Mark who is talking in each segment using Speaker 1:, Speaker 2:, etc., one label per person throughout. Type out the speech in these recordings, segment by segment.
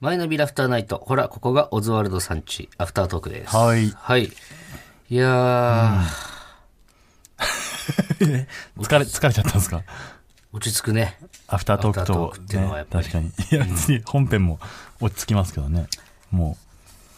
Speaker 1: マイナビラフターナイト。ほら、ここがオズワルドさんち、アフタートークです。
Speaker 2: はい
Speaker 1: はい。いや
Speaker 2: 疲れ、疲れちゃったん ですか
Speaker 1: ー、落ち着くね。
Speaker 2: アフタートーク
Speaker 1: アフタート
Speaker 2: と
Speaker 1: ークっ、ていうのはや
Speaker 2: ね
Speaker 1: っ、ぱり
Speaker 2: 確かに。 いや、別に本編も落ち着きますけどね。も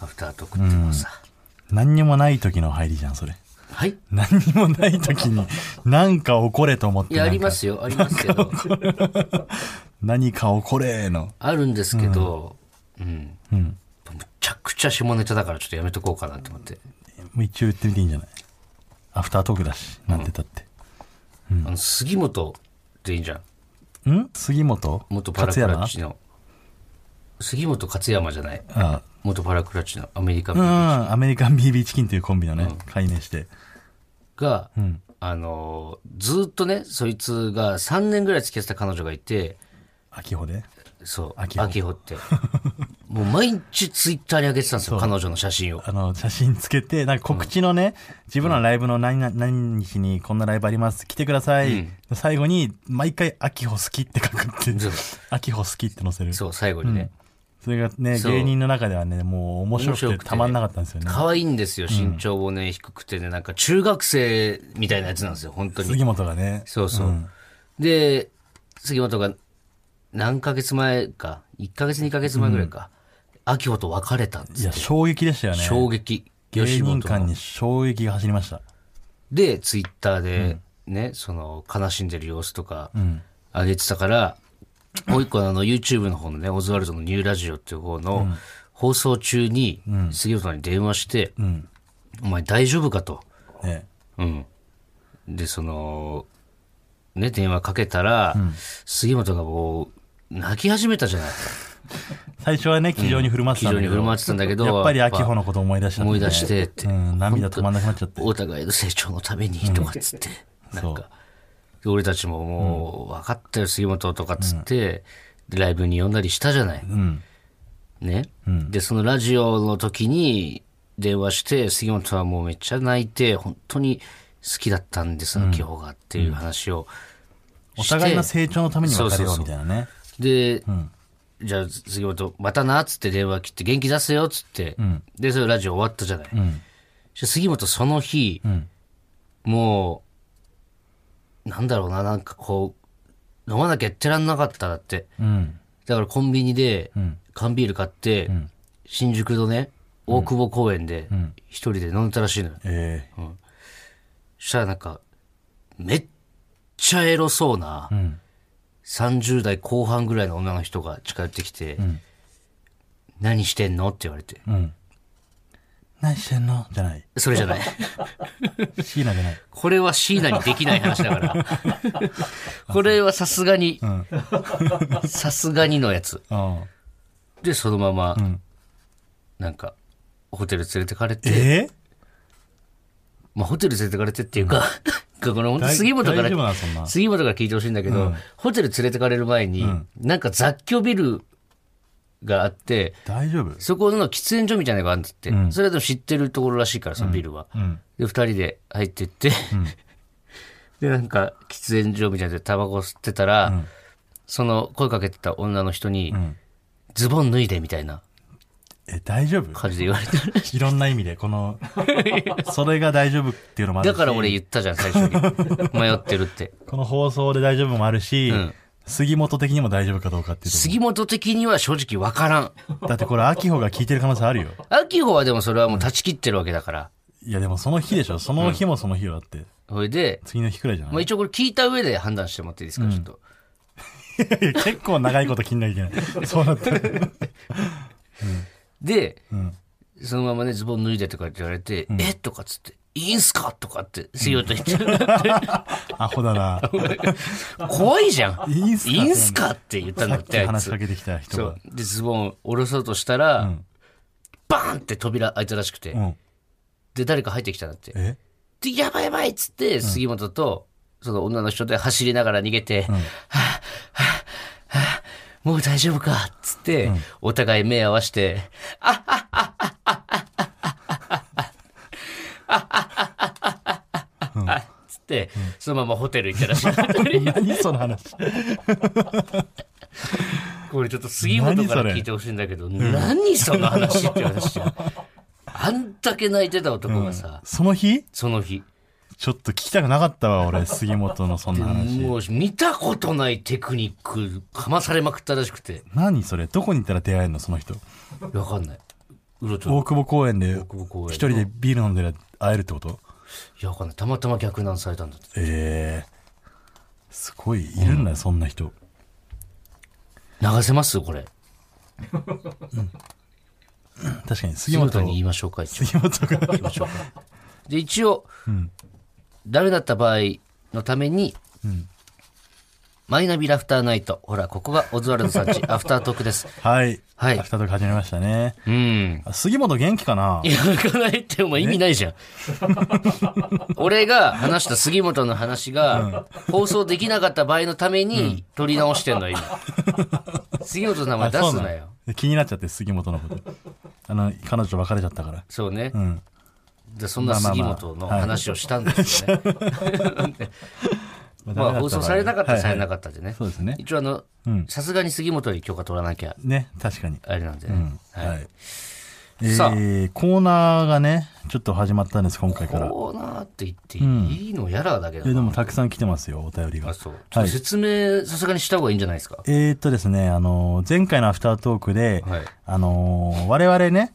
Speaker 1: アフタートークっていうのはさ。
Speaker 2: う、何にもない時の入りじゃん、それ。
Speaker 1: はい。
Speaker 2: 何にもない時 に、なんか起これと思って。
Speaker 1: いや、あ
Speaker 2: なんか
Speaker 1: りますよ。ありますけ ど。
Speaker 2: 何か起これの。
Speaker 1: あるんですけど、うん。むちゃくちゃ下ネタだからちょっとやめとこうかなと思って。
Speaker 2: もう一応言ってみていいんじゃないアフタートークだし、なんて言ったって。
Speaker 1: あの、杉本でいいんじゃん。
Speaker 2: ん杉本
Speaker 1: 元パラクラッチの。杉本勝山じゃない。
Speaker 2: 勝山あ
Speaker 1: 元パラクラッチのアメリカ
Speaker 2: う
Speaker 1: 人
Speaker 2: ん、アメリカン BB チキンというコンビのね、解明して。
Speaker 1: が、あのー、ずーっとね、そいつが3年ぐらい付き合ってた彼女がいて、
Speaker 2: 秋穂で。
Speaker 1: そう、
Speaker 2: 秋
Speaker 1: 秋穂
Speaker 2: 穂
Speaker 1: って。もう毎日ツイッターに上げてたんですよ、彼女の写真を。
Speaker 2: あの、写真つけて、なんか告知のね、自分のライブの何々、何日にこんなライブあります、来てください。最後に、毎回、秋穂好きって書くっていう
Speaker 1: そう。
Speaker 2: 秋穂好きって載せる。そ
Speaker 1: そう、最後にね。
Speaker 2: れがね、
Speaker 1: そう
Speaker 2: 芸人の中ではね、もう面白
Speaker 1: 面
Speaker 2: く
Speaker 1: 白く
Speaker 2: て
Speaker 1: て
Speaker 2: たまんなかったんですよね。
Speaker 1: 可愛いんですよ、身長もね、低くてね、なんか中学生みたいなやつなんですよ、本当に。
Speaker 2: 杉本がね。
Speaker 1: そうそう。で、杉本が何ヶ月前か、1ヶ月2ヶ月前ぐらいか、秋穂と別れたんで
Speaker 2: い
Speaker 1: す
Speaker 2: や、衝撃でしたよね。
Speaker 1: 衝撃。
Speaker 2: 芸
Speaker 1: 吉
Speaker 2: 人
Speaker 1: 本
Speaker 2: 間
Speaker 1: の
Speaker 2: に衝撃が走りました。
Speaker 1: で、ツイッターでね、その、悲しんでる様子とか、上げてたから、もう一個あの、YouTube の方のね、オズワルドのニューラジオっていう方の、放送中に、杉本さんに電話して、お前大丈夫かと。
Speaker 2: ね。
Speaker 1: うん。で、その、ね、電話かけたら、杉本がもう、泣き始めたじゃない。
Speaker 2: 最初はね、気丈に振る舞ってた
Speaker 1: 非
Speaker 2: んだ
Speaker 1: 常に
Speaker 2: けど
Speaker 1: 振る舞ってたんだけど、
Speaker 2: やっぱり秋穂のこと思い出したんで
Speaker 1: 思い出してって
Speaker 2: うん、涙止まんなくなっちゃって。
Speaker 1: お互いの成長のためにとかっつって、なんかで俺たちももう分かったよ杉本とかっつって、でライブに呼んだりしたじゃない、
Speaker 2: うん。
Speaker 1: ね、でそのラジオの時に電話して杉本はもうめっちゃ泣いて本当に好きだったんですの記憶がっていう話を
Speaker 2: お
Speaker 1: して、
Speaker 2: 互いの成長のために別れよ
Speaker 1: そううそうそう
Speaker 2: みたいなね。
Speaker 1: で、じゃあ杉本またなっつって電話切って元気出せよっつって、でそれラジオ終わったじゃない、じゃあ杉本その日、もうなんだろうななんかこう飲まなきゃやってらんなかっただって
Speaker 2: うん。
Speaker 1: だからコンビニで缶ビール買って、新宿のね大久保公園で一人で飲んでたらしいのよ
Speaker 2: ええ
Speaker 1: そしたらなんかめっちゃエロそうな、30代後半ぐらいの女の人が近寄ってきて「何してんの?」って言われて
Speaker 2: 何してんのじゃない。
Speaker 1: それじゃない
Speaker 2: シーナじゃない。
Speaker 1: これは椎名にできない話だから これはさすがにさすがにのやつ
Speaker 2: うん。
Speaker 1: でそのまま、なんかホテル連れてかれて、
Speaker 2: え
Speaker 1: まあ、ホテル連れてかれてって いうか、なんかこの本当杉本か
Speaker 2: 大丈夫なの
Speaker 1: ら
Speaker 2: そんな
Speaker 1: 杉本から聞いてほしいんだけど、ホテル連れてかれる前に、なんか雑居ビルがあって、
Speaker 2: 大丈夫
Speaker 1: そこの喫煙所みたいなのがあるんだって、それはでも知ってるところらしいから、そのビルは。で、二人で入ってって、 で、なんか喫煙所みたいなのでタバコ吸ってたら、その声かけてた女の人に、ズボン脱いでみたいな
Speaker 2: え、大丈夫
Speaker 1: 感じで言われ て
Speaker 2: いろんな意味で、この、 それが大丈夫っていうのもある
Speaker 1: だ
Speaker 2: し。
Speaker 1: から俺言ったじゃん、最初に。迷ってる って。
Speaker 2: この放送で大丈夫もあるし、杉本的にも大丈夫かどうかっていうと
Speaker 1: 杉本的には正直わからん。
Speaker 2: こ。だってこれ、秋穂が聞いてる可能性あるよ。
Speaker 1: 秋穂はでもそれはもう断ち切ってるわけだから。
Speaker 2: いや、でもその日でしょ。その日もその日よ。だって、
Speaker 1: それで、
Speaker 2: 次の日くらいじゃない
Speaker 1: まあ、一応これ聞いた上で判断してもらっていいですか、ちょっと。
Speaker 2: いや 結構長いこと気になりゃいけない。そうなったら。
Speaker 1: で、そのままね、ズボン脱いでとかって言われて、えとかっつって、いいんすかとかって、杉本言って、
Speaker 2: アホだな。
Speaker 1: 怖いじゃん。
Speaker 2: いいんすか
Speaker 1: いいんすかって言ったん
Speaker 2: さ
Speaker 1: だっ
Speaker 2: っ
Speaker 1: て、
Speaker 2: き
Speaker 1: あい
Speaker 2: 話し
Speaker 1: つ
Speaker 2: か。けてきた人
Speaker 1: そ
Speaker 2: が
Speaker 1: う。。で、ズボン下ろそうとしたら、バーンって扉開いたらしくて、
Speaker 2: うん。
Speaker 1: で、誰か入ってきたんだって。
Speaker 2: え
Speaker 1: で、やばいやばいっつって、杉本と、その女の人で走りながら逃げて、はぁ、はぁ、はぁ、もう大丈夫かっつって、お互い目合わせて、あっはっはっはっはっはっはっはっはっはっはっはっはっはっはっはっはっつって、そのままホテル行ったらしい。
Speaker 2: 何その話。
Speaker 1: これちょっと杉本から聞いてほしいんだけど、何その話って話じゃん。あんだけ泣いてた男がさ、
Speaker 2: その日
Speaker 1: その日。
Speaker 2: ちょっと聞きたくなかったわ、俺、杉本のそんな話。
Speaker 1: もう見たことないテクニックかまされまくったらしくて。
Speaker 2: 何それどこに行ったら出会えるのその人。
Speaker 1: わかんない。うろちょろ
Speaker 2: 大。久保公園で
Speaker 1: 久保公園、
Speaker 2: 一人でビール飲んで会えるってこと
Speaker 1: いや、わかんない。たまたま逆難されたんだって。
Speaker 2: ええすごい、いるんだよ、そんな人。
Speaker 1: 流せますこれ。
Speaker 2: 確かに、杉
Speaker 1: 杉
Speaker 2: 本
Speaker 1: 本に言いましょうか、一応
Speaker 2: 杉本が。
Speaker 1: で、一応、ダメだった場合のために、マイナビラフターナイト。ほら、ここがオズワルドさんち、アフタートークです。
Speaker 2: はい。
Speaker 1: はい
Speaker 2: アフタートーク始めましたね。
Speaker 1: うん。
Speaker 2: あ杉本元気かない
Speaker 1: や、行かないってお前意味ないじゃん。俺が話した杉本の話が、放送できなかった場合のために取り直してんの、今。杉本の名前
Speaker 2: あ
Speaker 1: 出
Speaker 2: そう
Speaker 1: す
Speaker 2: ん
Speaker 1: なよ。
Speaker 2: で気になっちゃって、杉本のこと。あの、彼女と別れちゃったから。
Speaker 1: そうね。
Speaker 2: うん。
Speaker 1: でそんな杉本の話をしたんですよね。まあ、放送されなかったらされな
Speaker 2: かっ
Speaker 1: かったでね
Speaker 2: た。。そうですね。
Speaker 1: 一応あの
Speaker 2: うん、
Speaker 1: さすがに杉本に許可取らなきゃ、
Speaker 2: ね、確かに。
Speaker 1: あれなんで
Speaker 2: う
Speaker 1: ね
Speaker 2: ん。。は。
Speaker 1: はいさあ
Speaker 2: えーコーナーがね、ちょっと始まったんです、今回
Speaker 1: い。
Speaker 2: から。
Speaker 1: こうなーって言っていいのやらだけど
Speaker 2: えで
Speaker 1: な。
Speaker 2: もたくさん来てますよ、お便りが
Speaker 1: あ、。そう。ちょっと説明、さすがにした方がいいんじゃないですか。
Speaker 2: えー、っとですね、あのー前回のアフタートークで、
Speaker 1: はい
Speaker 2: あのー我々ね、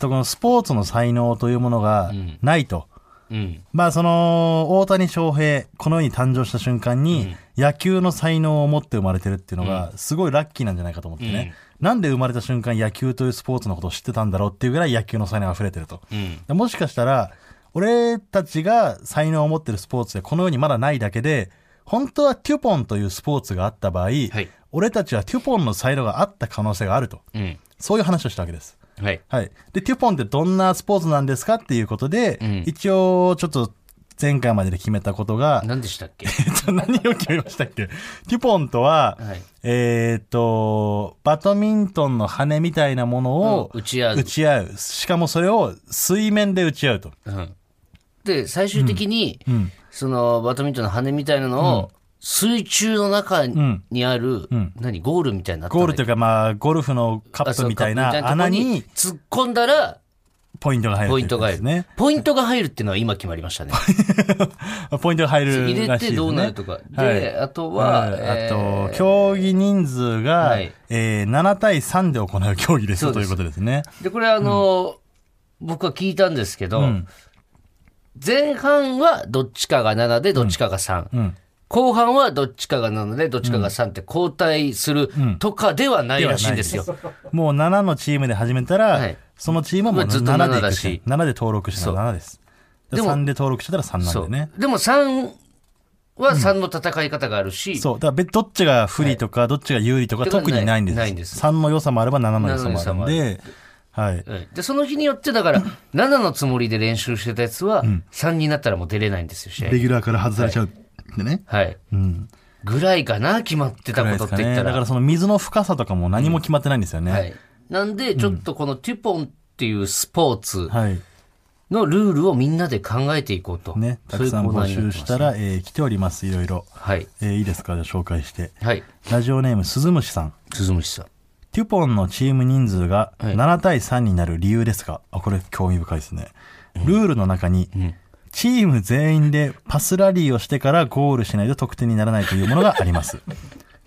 Speaker 2: このスポーツの才能というものが
Speaker 1: ん
Speaker 2: ないと。
Speaker 1: うん。
Speaker 2: まあ、その、大谷翔平、この世に誕生した瞬間に、野球の才能を持って生まれてるっていうのが、すごいラッキーなんじゃないかと思ってね。なんで生まれた瞬間、野球というスポーツのことを知ってたんだろうっていうぐらい野球の才能が溢れてると。
Speaker 1: うん。
Speaker 2: もしかしたら、俺たちが才能を持ってるスポーツでこの世にまだないだけで、本当はテュポンというスポーツがあった場合、
Speaker 1: い
Speaker 2: 俺たちはテュポンの才能があった可能性があると。
Speaker 1: うん。
Speaker 2: そういう話をしたわけです。
Speaker 1: はい。
Speaker 2: はい。で、テュポンってどんなスポーツなんですかっていうことで、
Speaker 1: うん
Speaker 2: 一応、ちょっと前回までで決めたことが、
Speaker 1: 何でしたっ け
Speaker 2: えっと何を決めましたっけテュポンとは、
Speaker 1: はい
Speaker 2: えーっと、バドミントンの羽みたいなものを
Speaker 1: うん打ち合う
Speaker 2: 打ち合う。しかもそれを水面で打ち合うと。
Speaker 1: うん。で、最終的に、
Speaker 2: ん
Speaker 1: その、バドミントンの羽みたいなのを、水中の中
Speaker 2: ん
Speaker 1: にある、何、ゴールみたいになったん
Speaker 2: ゴ
Speaker 1: だ
Speaker 2: ー
Speaker 1: っけ
Speaker 2: ルというか、まあ、ゴルフのカップみたいな穴に
Speaker 1: あそうカップみたいなとこに突っ込んだら、
Speaker 2: ポイントが入る
Speaker 1: ポ
Speaker 2: と
Speaker 1: イ
Speaker 2: い
Speaker 1: ン
Speaker 2: う
Speaker 1: ト
Speaker 2: こと
Speaker 1: が
Speaker 2: で
Speaker 1: 入
Speaker 2: す
Speaker 1: る。
Speaker 2: ね。
Speaker 1: ポイントが入るっていうのは今決まりま したね。
Speaker 2: ポイントが入るらしい
Speaker 1: 入
Speaker 2: です、ね。
Speaker 1: れてどうなるとか。で、あとは、
Speaker 2: はい
Speaker 1: え
Speaker 2: あ
Speaker 1: ー
Speaker 2: と、競技人数が、
Speaker 1: はい
Speaker 2: えー7対3で行う競技です
Speaker 1: そう
Speaker 2: と
Speaker 1: で
Speaker 2: い
Speaker 1: す
Speaker 2: うことですね。
Speaker 1: で、これあの、僕は聞いたんですけど、
Speaker 2: ん
Speaker 1: 前半はどっちかが7でどっちかが3。
Speaker 2: ん
Speaker 1: 後半はどっちかが7でどっちかが3って交代するとかではないらしいんですよ。
Speaker 2: もう7のチームで始めたら、
Speaker 1: はい
Speaker 2: そのチームはもう
Speaker 1: ずっと
Speaker 2: 7でいく
Speaker 1: だし
Speaker 2: 7で登録したら7です。で
Speaker 1: でも
Speaker 2: 3で登録してたら3なんでね。
Speaker 1: でも3は3の戦い方があるし、
Speaker 2: そう。だから別、どっちが不利とか、どっちが有利とか、
Speaker 1: ってことは
Speaker 2: 特にないん
Speaker 1: ないんで
Speaker 2: ですす。3の良さもあれば7の良さもあ
Speaker 1: 7
Speaker 2: る
Speaker 1: の
Speaker 2: ん
Speaker 1: 良
Speaker 2: で、はい。
Speaker 1: うんで、その日によってだから、7のつもりで練習してたやつは、3になったらもう出れないんですよ、試合
Speaker 2: レ。ギュラーから外されちゃう。でね。
Speaker 1: はい。ぐらいかな、決まってた
Speaker 2: ぐら
Speaker 1: こ
Speaker 2: い
Speaker 1: とって
Speaker 2: ですか
Speaker 1: 言っ
Speaker 2: ね。
Speaker 1: た
Speaker 2: だ
Speaker 1: ら
Speaker 2: か。らその水の深さとかも何も決まってないんですよ
Speaker 1: は
Speaker 2: ね。
Speaker 1: い。なんで、ちょっとこのテュポンっていうスポーツ
Speaker 2: はい。
Speaker 1: のルールをみんなで考えていこうと。
Speaker 2: ね。たくさん
Speaker 1: そういうコーナ
Speaker 2: 募
Speaker 1: ーになってま
Speaker 2: 集し
Speaker 1: す
Speaker 2: たら、えー来ております、いろいろ。
Speaker 1: はい。
Speaker 2: えーいいですかじゃあ紹介して。
Speaker 1: はい。
Speaker 2: ラジオネーム、鈴虫さん。
Speaker 1: 鈴虫 さん。
Speaker 2: テュポンのチーム人数が
Speaker 1: はい
Speaker 2: 7対3になる理由ですが、あ、これ興味深いですね。ルールの中に、チーム全員でパスラリーをしてからゴールしないと得点にならないというものがあります。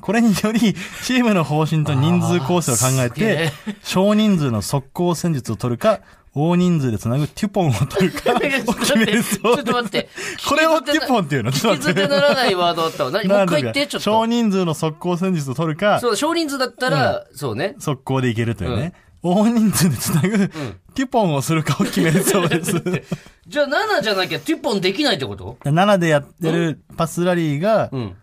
Speaker 2: これにより、チームの方針と人数構成を考えて、少人数の速攻戦術を取るか、大人数でつなぐテュポンを取 るかを決める
Speaker 1: ち
Speaker 2: そ
Speaker 1: ょ
Speaker 2: う
Speaker 1: っ
Speaker 2: です
Speaker 1: と待って。
Speaker 2: これをテュポンっていうのちょ
Speaker 1: 聞
Speaker 2: っ
Speaker 1: き
Speaker 2: と待
Speaker 1: 捨
Speaker 2: って
Speaker 1: てならないワードだったわ。何もう
Speaker 2: なん
Speaker 1: 一
Speaker 2: だ
Speaker 1: 回
Speaker 2: ろ
Speaker 1: 言
Speaker 2: う
Speaker 1: って、ちょっ
Speaker 2: 少
Speaker 1: と。
Speaker 2: 人数の速攻戦術を取るか、
Speaker 1: そう、少人数だったら、そうね。
Speaker 2: 速攻でいけるというね。大人数でつなぐ、テュポンをするかを決めるそうです。
Speaker 1: じゃあ7じゃなきゃテュポンできないってこと
Speaker 2: 7でやってるパスラリーが、
Speaker 1: うん。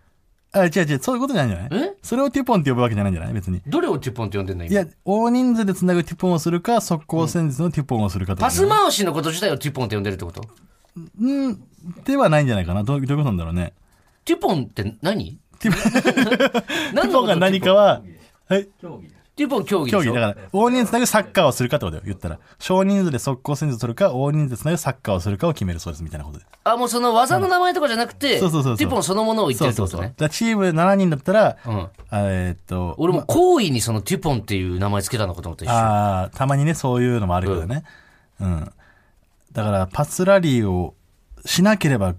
Speaker 2: あ、違う違う、そういうことじゃないんじゃない
Speaker 1: え
Speaker 2: それをテュポンって呼ぶわけじゃないんじゃない別に。
Speaker 1: どれをテュポンって呼んでんの
Speaker 2: い
Speaker 1: 今。
Speaker 2: や、大人数でつなぐテュポンをするか、速攻戦術のテュポンをするかとか
Speaker 1: パス回しのこと自体をテュポンって呼んでるってこと
Speaker 2: うん、ではないんじゃないかな。どうどういうことなんだろうね。
Speaker 1: テュポンって何
Speaker 2: テュポン
Speaker 1: 何
Speaker 2: テュポンが何かは、はい。
Speaker 3: 競技だ
Speaker 1: で、も競技
Speaker 2: 競
Speaker 1: で
Speaker 2: 技
Speaker 1: し
Speaker 2: だ
Speaker 1: ょ
Speaker 2: から、大人数でサッカーをするかってことよ、言ったら。少人数で速攻戦術を取るか、大人数でつなぐサッカーをするかを決めるそうです、みたいなことで。
Speaker 1: あ、もうその技の名前とかじゃなくて、
Speaker 2: そうそうそうそう
Speaker 1: ティポンそのものを言って
Speaker 2: そ
Speaker 1: る
Speaker 2: う
Speaker 1: って
Speaker 2: そ
Speaker 1: こ
Speaker 2: うそ
Speaker 1: と
Speaker 2: う。だ
Speaker 1: ね
Speaker 2: か。らチーム7人だったら、
Speaker 1: うん。
Speaker 2: あえーっと、
Speaker 1: 俺も好意にそのティポンっていう名前つけたのかと思った一瞬。
Speaker 2: ああ、たまにね、そういうのもあるけどね。うん。だから、パスラリーをしなければ、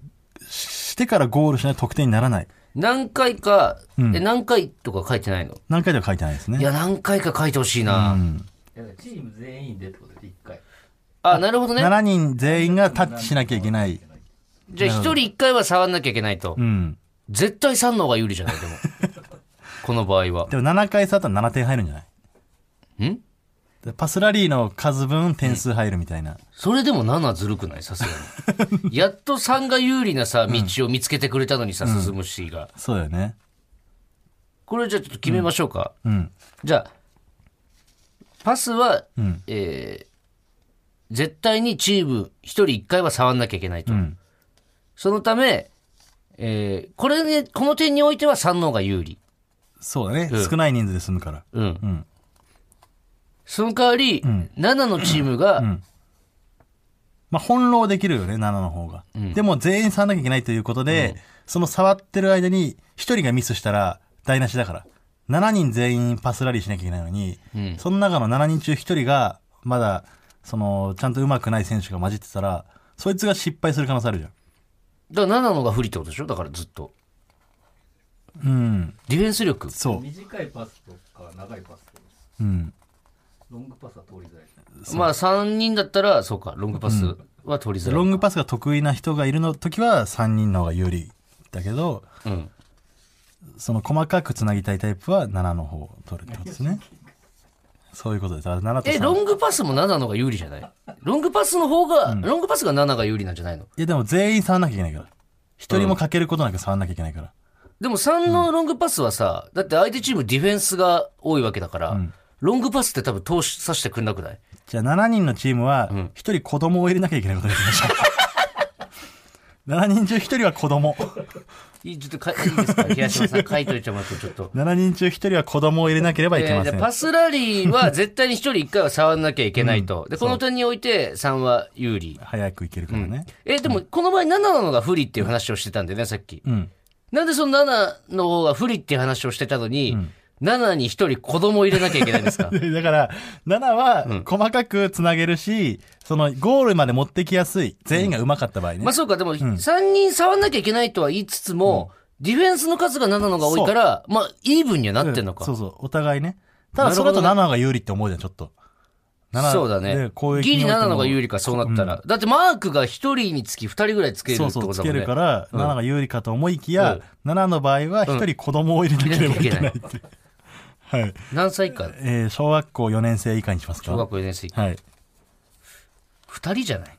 Speaker 2: ししてからゴールしないと得点にならない。
Speaker 1: 何回か、え、何回とか書いてないの
Speaker 2: 何回では書いてないです
Speaker 1: い
Speaker 2: ね。
Speaker 1: や、何回か書いてほしいな。
Speaker 3: だからチーム全員でってことで一回
Speaker 1: あ、なるほどね。
Speaker 2: 7人全員がタッチしなきゃいけない。
Speaker 1: じゃあ一人一回は触んなきゃいけないと。
Speaker 2: うん。
Speaker 1: 絶対3の方が有利じゃないでも。この場合は。
Speaker 2: でも7回差だったら7点入るんじゃない
Speaker 1: ん
Speaker 2: でパスラリーの数分点数入るみたいな。
Speaker 1: それでも7ずるくないさすがに。やっと3が有利なさ、道を見つけてくれたのにさ、進むしが。
Speaker 2: そうだよね。
Speaker 1: これじゃあちょっと決めましょうか。
Speaker 2: うん。
Speaker 1: じゃあ、パスは、
Speaker 2: ん
Speaker 1: えー絶対にチーム1人1回は触んなきゃいけないと。
Speaker 2: ん
Speaker 1: そのため、えーこれね、この点においては3の方が有利。
Speaker 2: そうだね。
Speaker 1: うん
Speaker 2: 少ない人数で済むから。
Speaker 1: うん。
Speaker 2: ん
Speaker 1: その代わり、7のチームが、
Speaker 2: まあ、翻弄できるよね、7の方が。でも、全員触んなきゃいけないということで、その触ってる間に、1人がミスしたら、台無しだから。7人全員パスラリーしなきゃいけないのに、その中の7人中1人が、まだ、その、ちゃんと上手くない選手が混じってたら、そいつが失敗する可能性あるじゃん。
Speaker 1: だから7の方が不利ってことでしょだからずっと。
Speaker 2: うん。
Speaker 1: ディフェンス力。
Speaker 2: そ
Speaker 3: 短いパスとか長いパスとか
Speaker 2: う。うん。
Speaker 3: ロングパスは通りづらい
Speaker 1: まあ3人だったら、そうか、ロングパスは取りづらい。
Speaker 2: ロングパスが得意な人がいるの時は、3人の方が有利だけど、
Speaker 1: うん。
Speaker 2: その細かくつなぎたいタイプは7の方を取るってことですね。そういうことです。だから7と3。
Speaker 1: え、ロングパスも7の方が有利じゃないロングパスの方が、ロングパスが7が有利なんじゃないの
Speaker 2: いやでも全員触んなきゃいけないから。一人もかけることなく触んなきゃいけないから。
Speaker 1: でも3のロングパスはさ、だって相手チームディフェンスが多いわけだから、ロングパスって多分通しさせてくんなくない
Speaker 2: じゃあ7人のチームは、一人子供を入れなきゃいけないことにしま しょう。7人中一人は子供。
Speaker 1: いいちょっとか、いいです か平島さん書いといてもらってちょっと。
Speaker 2: 7人中一人は子供を入れなければいけ
Speaker 1: えー
Speaker 2: ま
Speaker 1: じ
Speaker 2: せん。
Speaker 1: ゃあパスラリーは絶対に1人1回は触んなきゃいけないと。で、この点において3は有利。
Speaker 2: 早くいけるからね。
Speaker 1: え、でもこの場合7なのが不利っていう話をしてたんだよね、さっき。
Speaker 2: ん
Speaker 1: なんでその7の方が不利っていう話をしてたのに、7に1人子供入れなきゃいけないんですか
Speaker 2: で だから、7は細かくつなげるし、そのゴールまで持ってきやすい。全員が上手かった場合ね。
Speaker 1: まあそうか、でも3人触んなきゃいけないとは言いつつも、ディフェンスの数が7のが多いから、まあイーブンにはなってんのか。
Speaker 2: そうそう、お互いね。ただ
Speaker 1: なる
Speaker 2: そ
Speaker 1: ほど
Speaker 2: れ
Speaker 1: ね
Speaker 2: だと7が有利って思うじゃん、ちょっと。7
Speaker 1: そうだ
Speaker 2: で
Speaker 1: ね。
Speaker 2: 攻撃
Speaker 1: ギリ
Speaker 2: においても
Speaker 1: 7のが有利か、そうなったら。だってマークが1人につき2人ぐらいつけるって
Speaker 2: そ
Speaker 1: こ
Speaker 2: うそ
Speaker 1: と
Speaker 2: う、つ
Speaker 1: だ
Speaker 2: け
Speaker 1: もんね。
Speaker 2: るから、7が有利かと思いきや、7の場合は1人子供を入れなければいけないっていう。はい。
Speaker 1: 何歳以下
Speaker 2: えー小学校4年生以下にしますか
Speaker 1: 小学校4年生以下。
Speaker 2: はい。
Speaker 1: 2人じゃない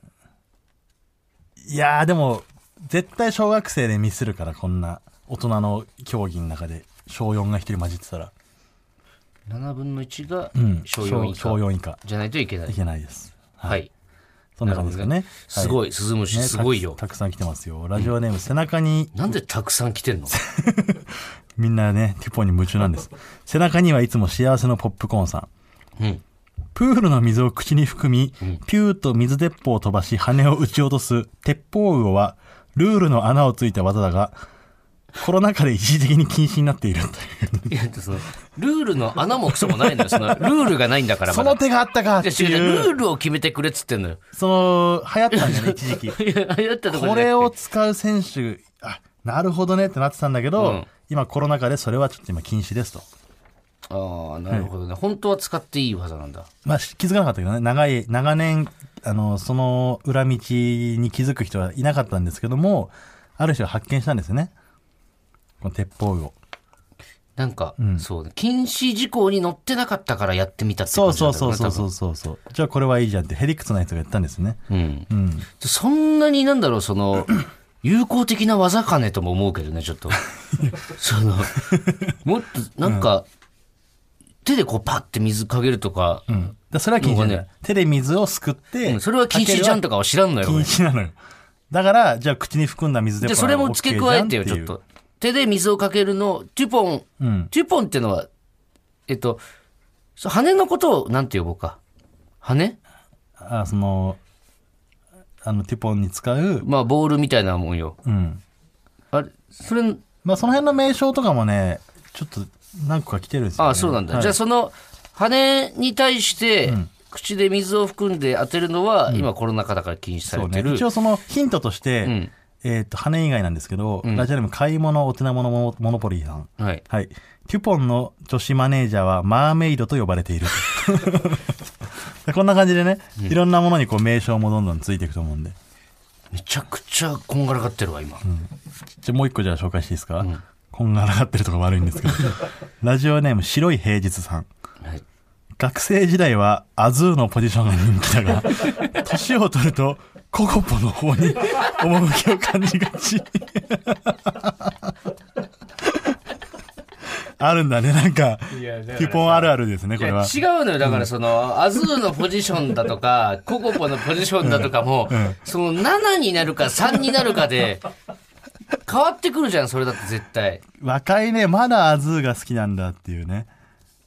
Speaker 2: いやーでも、絶対小学生でミスるから、こんな大人の競技の中で、小4が1人混じってたら、
Speaker 1: 7分の1が
Speaker 2: うん
Speaker 1: 小4以
Speaker 2: 小
Speaker 1: 下
Speaker 2: 4以下。
Speaker 1: じゃないといけない
Speaker 2: い。けないです。
Speaker 1: はい。
Speaker 2: そんな感じですかね。
Speaker 1: すご
Speaker 2: い。
Speaker 1: い、鈴虫、
Speaker 2: ね
Speaker 1: すごいよ。
Speaker 2: たくたくさん来てますよ。ラジオネーム、背中に
Speaker 1: なんでたくさん来てんの
Speaker 2: みんなね、ティポに夢中なんです。背中にはいつも幸せのポップコーンさん。
Speaker 1: うん
Speaker 2: プールの水を口に含み、ピューと水鉄砲を飛ばし羽を撃ち落とす鉄砲魚は、ルールの穴をついた技だが、コロナ禍で一時的に禁止になっているという。
Speaker 1: いや、その、ルールの穴もクソもないのよ。その、ルールがないんだから、ま
Speaker 2: そ
Speaker 1: だ。
Speaker 2: の
Speaker 1: い
Speaker 2: 手があったかって
Speaker 1: や違う違う
Speaker 2: い
Speaker 1: ル
Speaker 2: う、
Speaker 1: ールを決めてくれっつってんのよ。
Speaker 2: その、流行ったんだ よね、一時期。
Speaker 1: いや、やったとこ
Speaker 2: これ
Speaker 1: を。
Speaker 2: を使う選手、あ、なるほどねってなってたんだけど、
Speaker 1: うん
Speaker 2: 今コロナ禍でそれはちょっと今禁止ですと。
Speaker 1: ああ、なるほどね。本当は使っていい技なんだ。
Speaker 2: まあ、し気づかなかったけどね、長い、長年、あの、その裏道に気づく人はいなかったんですけども、ある人が発見したんですよね。この鉄砲魚。
Speaker 1: なんか、そうね。禁止事項に載ってなかったからやってみたって
Speaker 2: そ
Speaker 1: 感
Speaker 2: う
Speaker 1: じな
Speaker 2: そ
Speaker 1: ん
Speaker 2: う
Speaker 1: だ
Speaker 2: そ
Speaker 1: ろ
Speaker 2: う
Speaker 1: ね
Speaker 2: そうそうそうそう。じゃあこれはいいじゃんって、ヘリクツな人がやったんですね。
Speaker 1: 多分うん。そんなになんだろう、そ の、友好的な技かねとも思うけどね、ちょ っと。その、もっと、なんか、手でこうパッて水かけるとか、
Speaker 2: でそれは禁止なんだよ
Speaker 1: なん
Speaker 2: 手で水をすくっ
Speaker 1: う
Speaker 2: て、
Speaker 1: んそれは禁止じゃんと
Speaker 2: か
Speaker 1: かは知らんの
Speaker 2: け
Speaker 1: よ
Speaker 2: るは禁
Speaker 1: 俺。
Speaker 2: 止なのよ。だから、じゃあ口に含んだ水で
Speaker 1: で、それも付け加えてよ、ちょっ。と。手で水をかけるの、テュポン、
Speaker 2: うん
Speaker 1: テュポンってのは、えっと、そう羽のことをなんて呼ぼうか。羽
Speaker 2: あ、その、あの、ティポンに使う、
Speaker 1: まあ、ボールみたいなもんよ。
Speaker 2: うん。
Speaker 1: あれ、それ、
Speaker 2: まあ、その辺の名称とかもね、ちょっと何個か来てるんですよ、ね。
Speaker 1: ああ、そうなんだ。
Speaker 2: はい
Speaker 1: じゃあ、その、羽に対して、口で水を含んで当てるのは、今コロナ禍だから禁止さ
Speaker 2: そ
Speaker 1: れ
Speaker 2: う
Speaker 1: て
Speaker 2: ね。
Speaker 1: る。
Speaker 2: 一応そのヒントとして、
Speaker 1: ん
Speaker 2: えっと、羽以外なんですけど、ラジオネーム買い物お手なものモモノポリーさん。
Speaker 1: はい。
Speaker 2: はい。テュポンの女子マネージャーはマーメイドと呼ばれている。 こんな感じでね、いろんなものにこう名称もどんどんついていくと思うんで。
Speaker 1: めちゃくちゃこんがらがってるわ、今。
Speaker 2: じゃあもう一個じゃあ紹介していいですか、こんがらがってるとか悪いんです けど。ラジオネーム白い平日さん。
Speaker 1: はい。
Speaker 2: 学生時代はアズーのポジションが人気だ が、年を取るとココポの方に趣を感じが ち。あるんだね、なんか、テュポンあるあるですね、こ
Speaker 1: い
Speaker 2: れ
Speaker 1: や
Speaker 2: は。
Speaker 1: 違うのよ。だからその、アズーのポジションだと か、ココポのポジションだとかも、その7になるか3になるか で、変わってくるじゃん、それだって絶対。
Speaker 2: 若いね、まだアズーが好きなんだっていうね。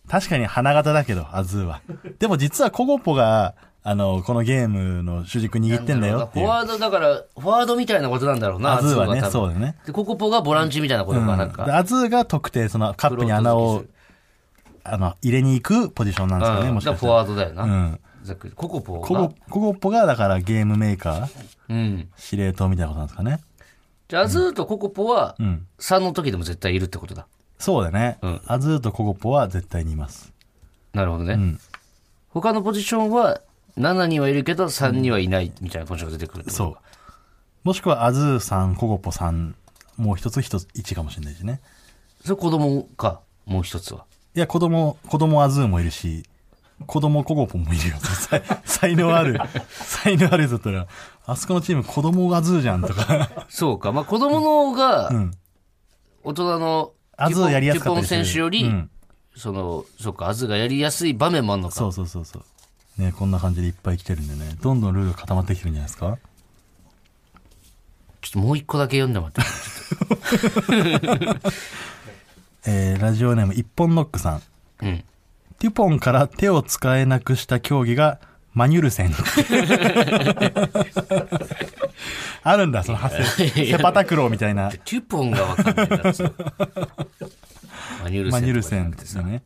Speaker 2: 確かに花形だけど、アズーは。でも実はココポが、あの、このゲームの主軸握ってんだよってい
Speaker 1: フォ
Speaker 2: う。
Speaker 1: ワードだから、フォワードみたいなことなんだろうな、
Speaker 2: アズーは
Speaker 1: 多
Speaker 2: ね、
Speaker 1: 分
Speaker 2: そうだね。
Speaker 1: で、ココポがボランチみたいなこと
Speaker 2: うん
Speaker 1: か、なんか。
Speaker 2: でアズーが特定、そのカップに穴を、あの、入れに行くポジションなんですよね、
Speaker 1: うん
Speaker 2: もし
Speaker 1: だから
Speaker 2: かし
Speaker 1: フォ
Speaker 2: たら。
Speaker 1: ワードだよな。
Speaker 2: うん
Speaker 1: ざっくりココポが
Speaker 2: ココココポが、だからゲームメーカー、
Speaker 1: うん。
Speaker 2: 司令塔みたいなことなんですかね。
Speaker 1: じゃあ、アズーとココポは、
Speaker 2: うん。
Speaker 1: 3の時でも絶対いるってことだ。
Speaker 2: そうだね。
Speaker 1: うん
Speaker 2: アズーとココポは絶対にいます。
Speaker 1: なるほどね。
Speaker 2: ん
Speaker 1: 他のポジションは、7にはいるけど、3にはいないみたいなポジションが出てくるってこと
Speaker 2: そう
Speaker 1: か。。
Speaker 2: もしくは、アズーさん、ココポさん、もう一つ一つ、一かもしれないしね。
Speaker 1: それ子供か、もう一つは。
Speaker 2: いや、子供、子供アズーもいるし、子供ココポもいるよ。才才能ある。才能あるやつだったら、あそこのチーム子供アズーじゃんとか。
Speaker 1: そうか。まあ、子供の方が
Speaker 2: ん、
Speaker 1: 大人の、
Speaker 2: アズーやりやすかっ
Speaker 1: テ
Speaker 2: た
Speaker 1: ュ
Speaker 2: りす
Speaker 1: ポ
Speaker 2: る
Speaker 1: ン選手より、
Speaker 2: うん
Speaker 1: その、そうか、アズーがやりやすい場面もあるの
Speaker 2: そ
Speaker 1: か。
Speaker 2: うそうそうそう。ね、こんな感じでいっぱい来てるんでね、どんどんルールが固まってきてるんじゃないですか
Speaker 1: ちょっともう一個だけ読んでもらって。
Speaker 2: えー、ラジオネーム一本ノックさん。
Speaker 1: うん。
Speaker 2: テュポンから手を使えなくした競技がマニュル セン。あるんだ、その発生。セパタクローみたいな。
Speaker 1: テュポンがわかんないん だってマニュルセンとかじゃなくてさ。
Speaker 2: マニュルセンですよね。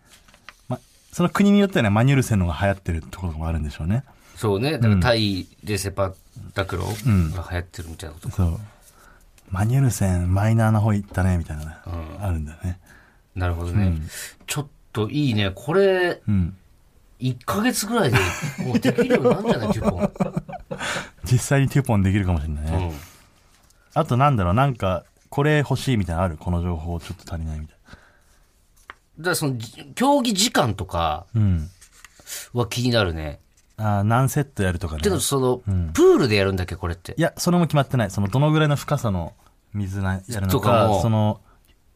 Speaker 2: ま、その国によってはね、マニュルセンの方が流行ってるところもあるんでしょうね。
Speaker 1: そうね。だからタイでセパタクローが流行ってるみたいなことか。
Speaker 2: そう。マニュルセン、マイナーな方行ったね、みたいなね、あるんだね。
Speaker 1: なるほどね、ちょっといいね。これ、
Speaker 2: うん。
Speaker 1: 1ヶ月ぐらいでもうできるようになるんじゃ ない ?10 本。
Speaker 2: 実際にテュポンできるかもしれないね。
Speaker 1: うん。
Speaker 2: あとなんだろう、なんか、これ欲しいみたいなのあるこの情報ちょっと足りないみたい
Speaker 1: だからその、じ競技時間とか
Speaker 2: な。うん。
Speaker 1: は気になるね。
Speaker 2: あー何セットやるとかね
Speaker 1: け。ど、その、プールでやるんだっけ、これって
Speaker 2: い。や、それも決まってない。その、どのぐらいの深さの水なやるの
Speaker 1: とか
Speaker 2: か、
Speaker 1: も
Speaker 2: その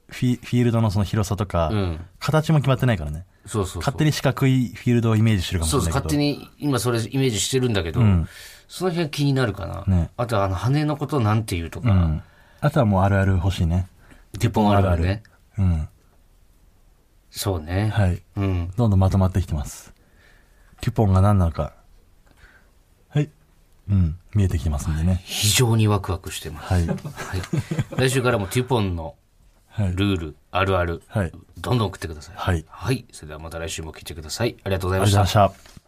Speaker 2: フィ、フィールドのその広さとか、
Speaker 1: うん
Speaker 2: 形も決まってないからね。
Speaker 1: そうそうそう。
Speaker 2: 勝手に四角いフィールドをイメージしてるかもし
Speaker 1: そ
Speaker 2: れ
Speaker 1: うそう、
Speaker 2: ないけど。
Speaker 1: 勝手に今それイメージしてるんだけど、その辺気になるかな。
Speaker 2: ね
Speaker 1: あと、あの、羽のことなんて言うとか、
Speaker 2: うん。あとはもうあるある欲しいね。
Speaker 1: デポンあるあるね。
Speaker 2: うん。
Speaker 1: そうね。
Speaker 2: はい。
Speaker 1: うん。
Speaker 2: どんどんまとまってきてます。キュポンが何なのか。はい。うん。見えてきてますんでね。
Speaker 1: 非常にワクワクしてます。
Speaker 2: はい。
Speaker 1: はい。来週からもテュポンの
Speaker 2: はい。
Speaker 1: ルール、あるある、
Speaker 2: はい。
Speaker 1: どんどん送ってください。
Speaker 2: はい。
Speaker 1: はい。それではまた来週も聞いてください。ありがとうござい
Speaker 2: ありがとうご
Speaker 1: まし
Speaker 2: ざい
Speaker 1: た
Speaker 2: まし。た。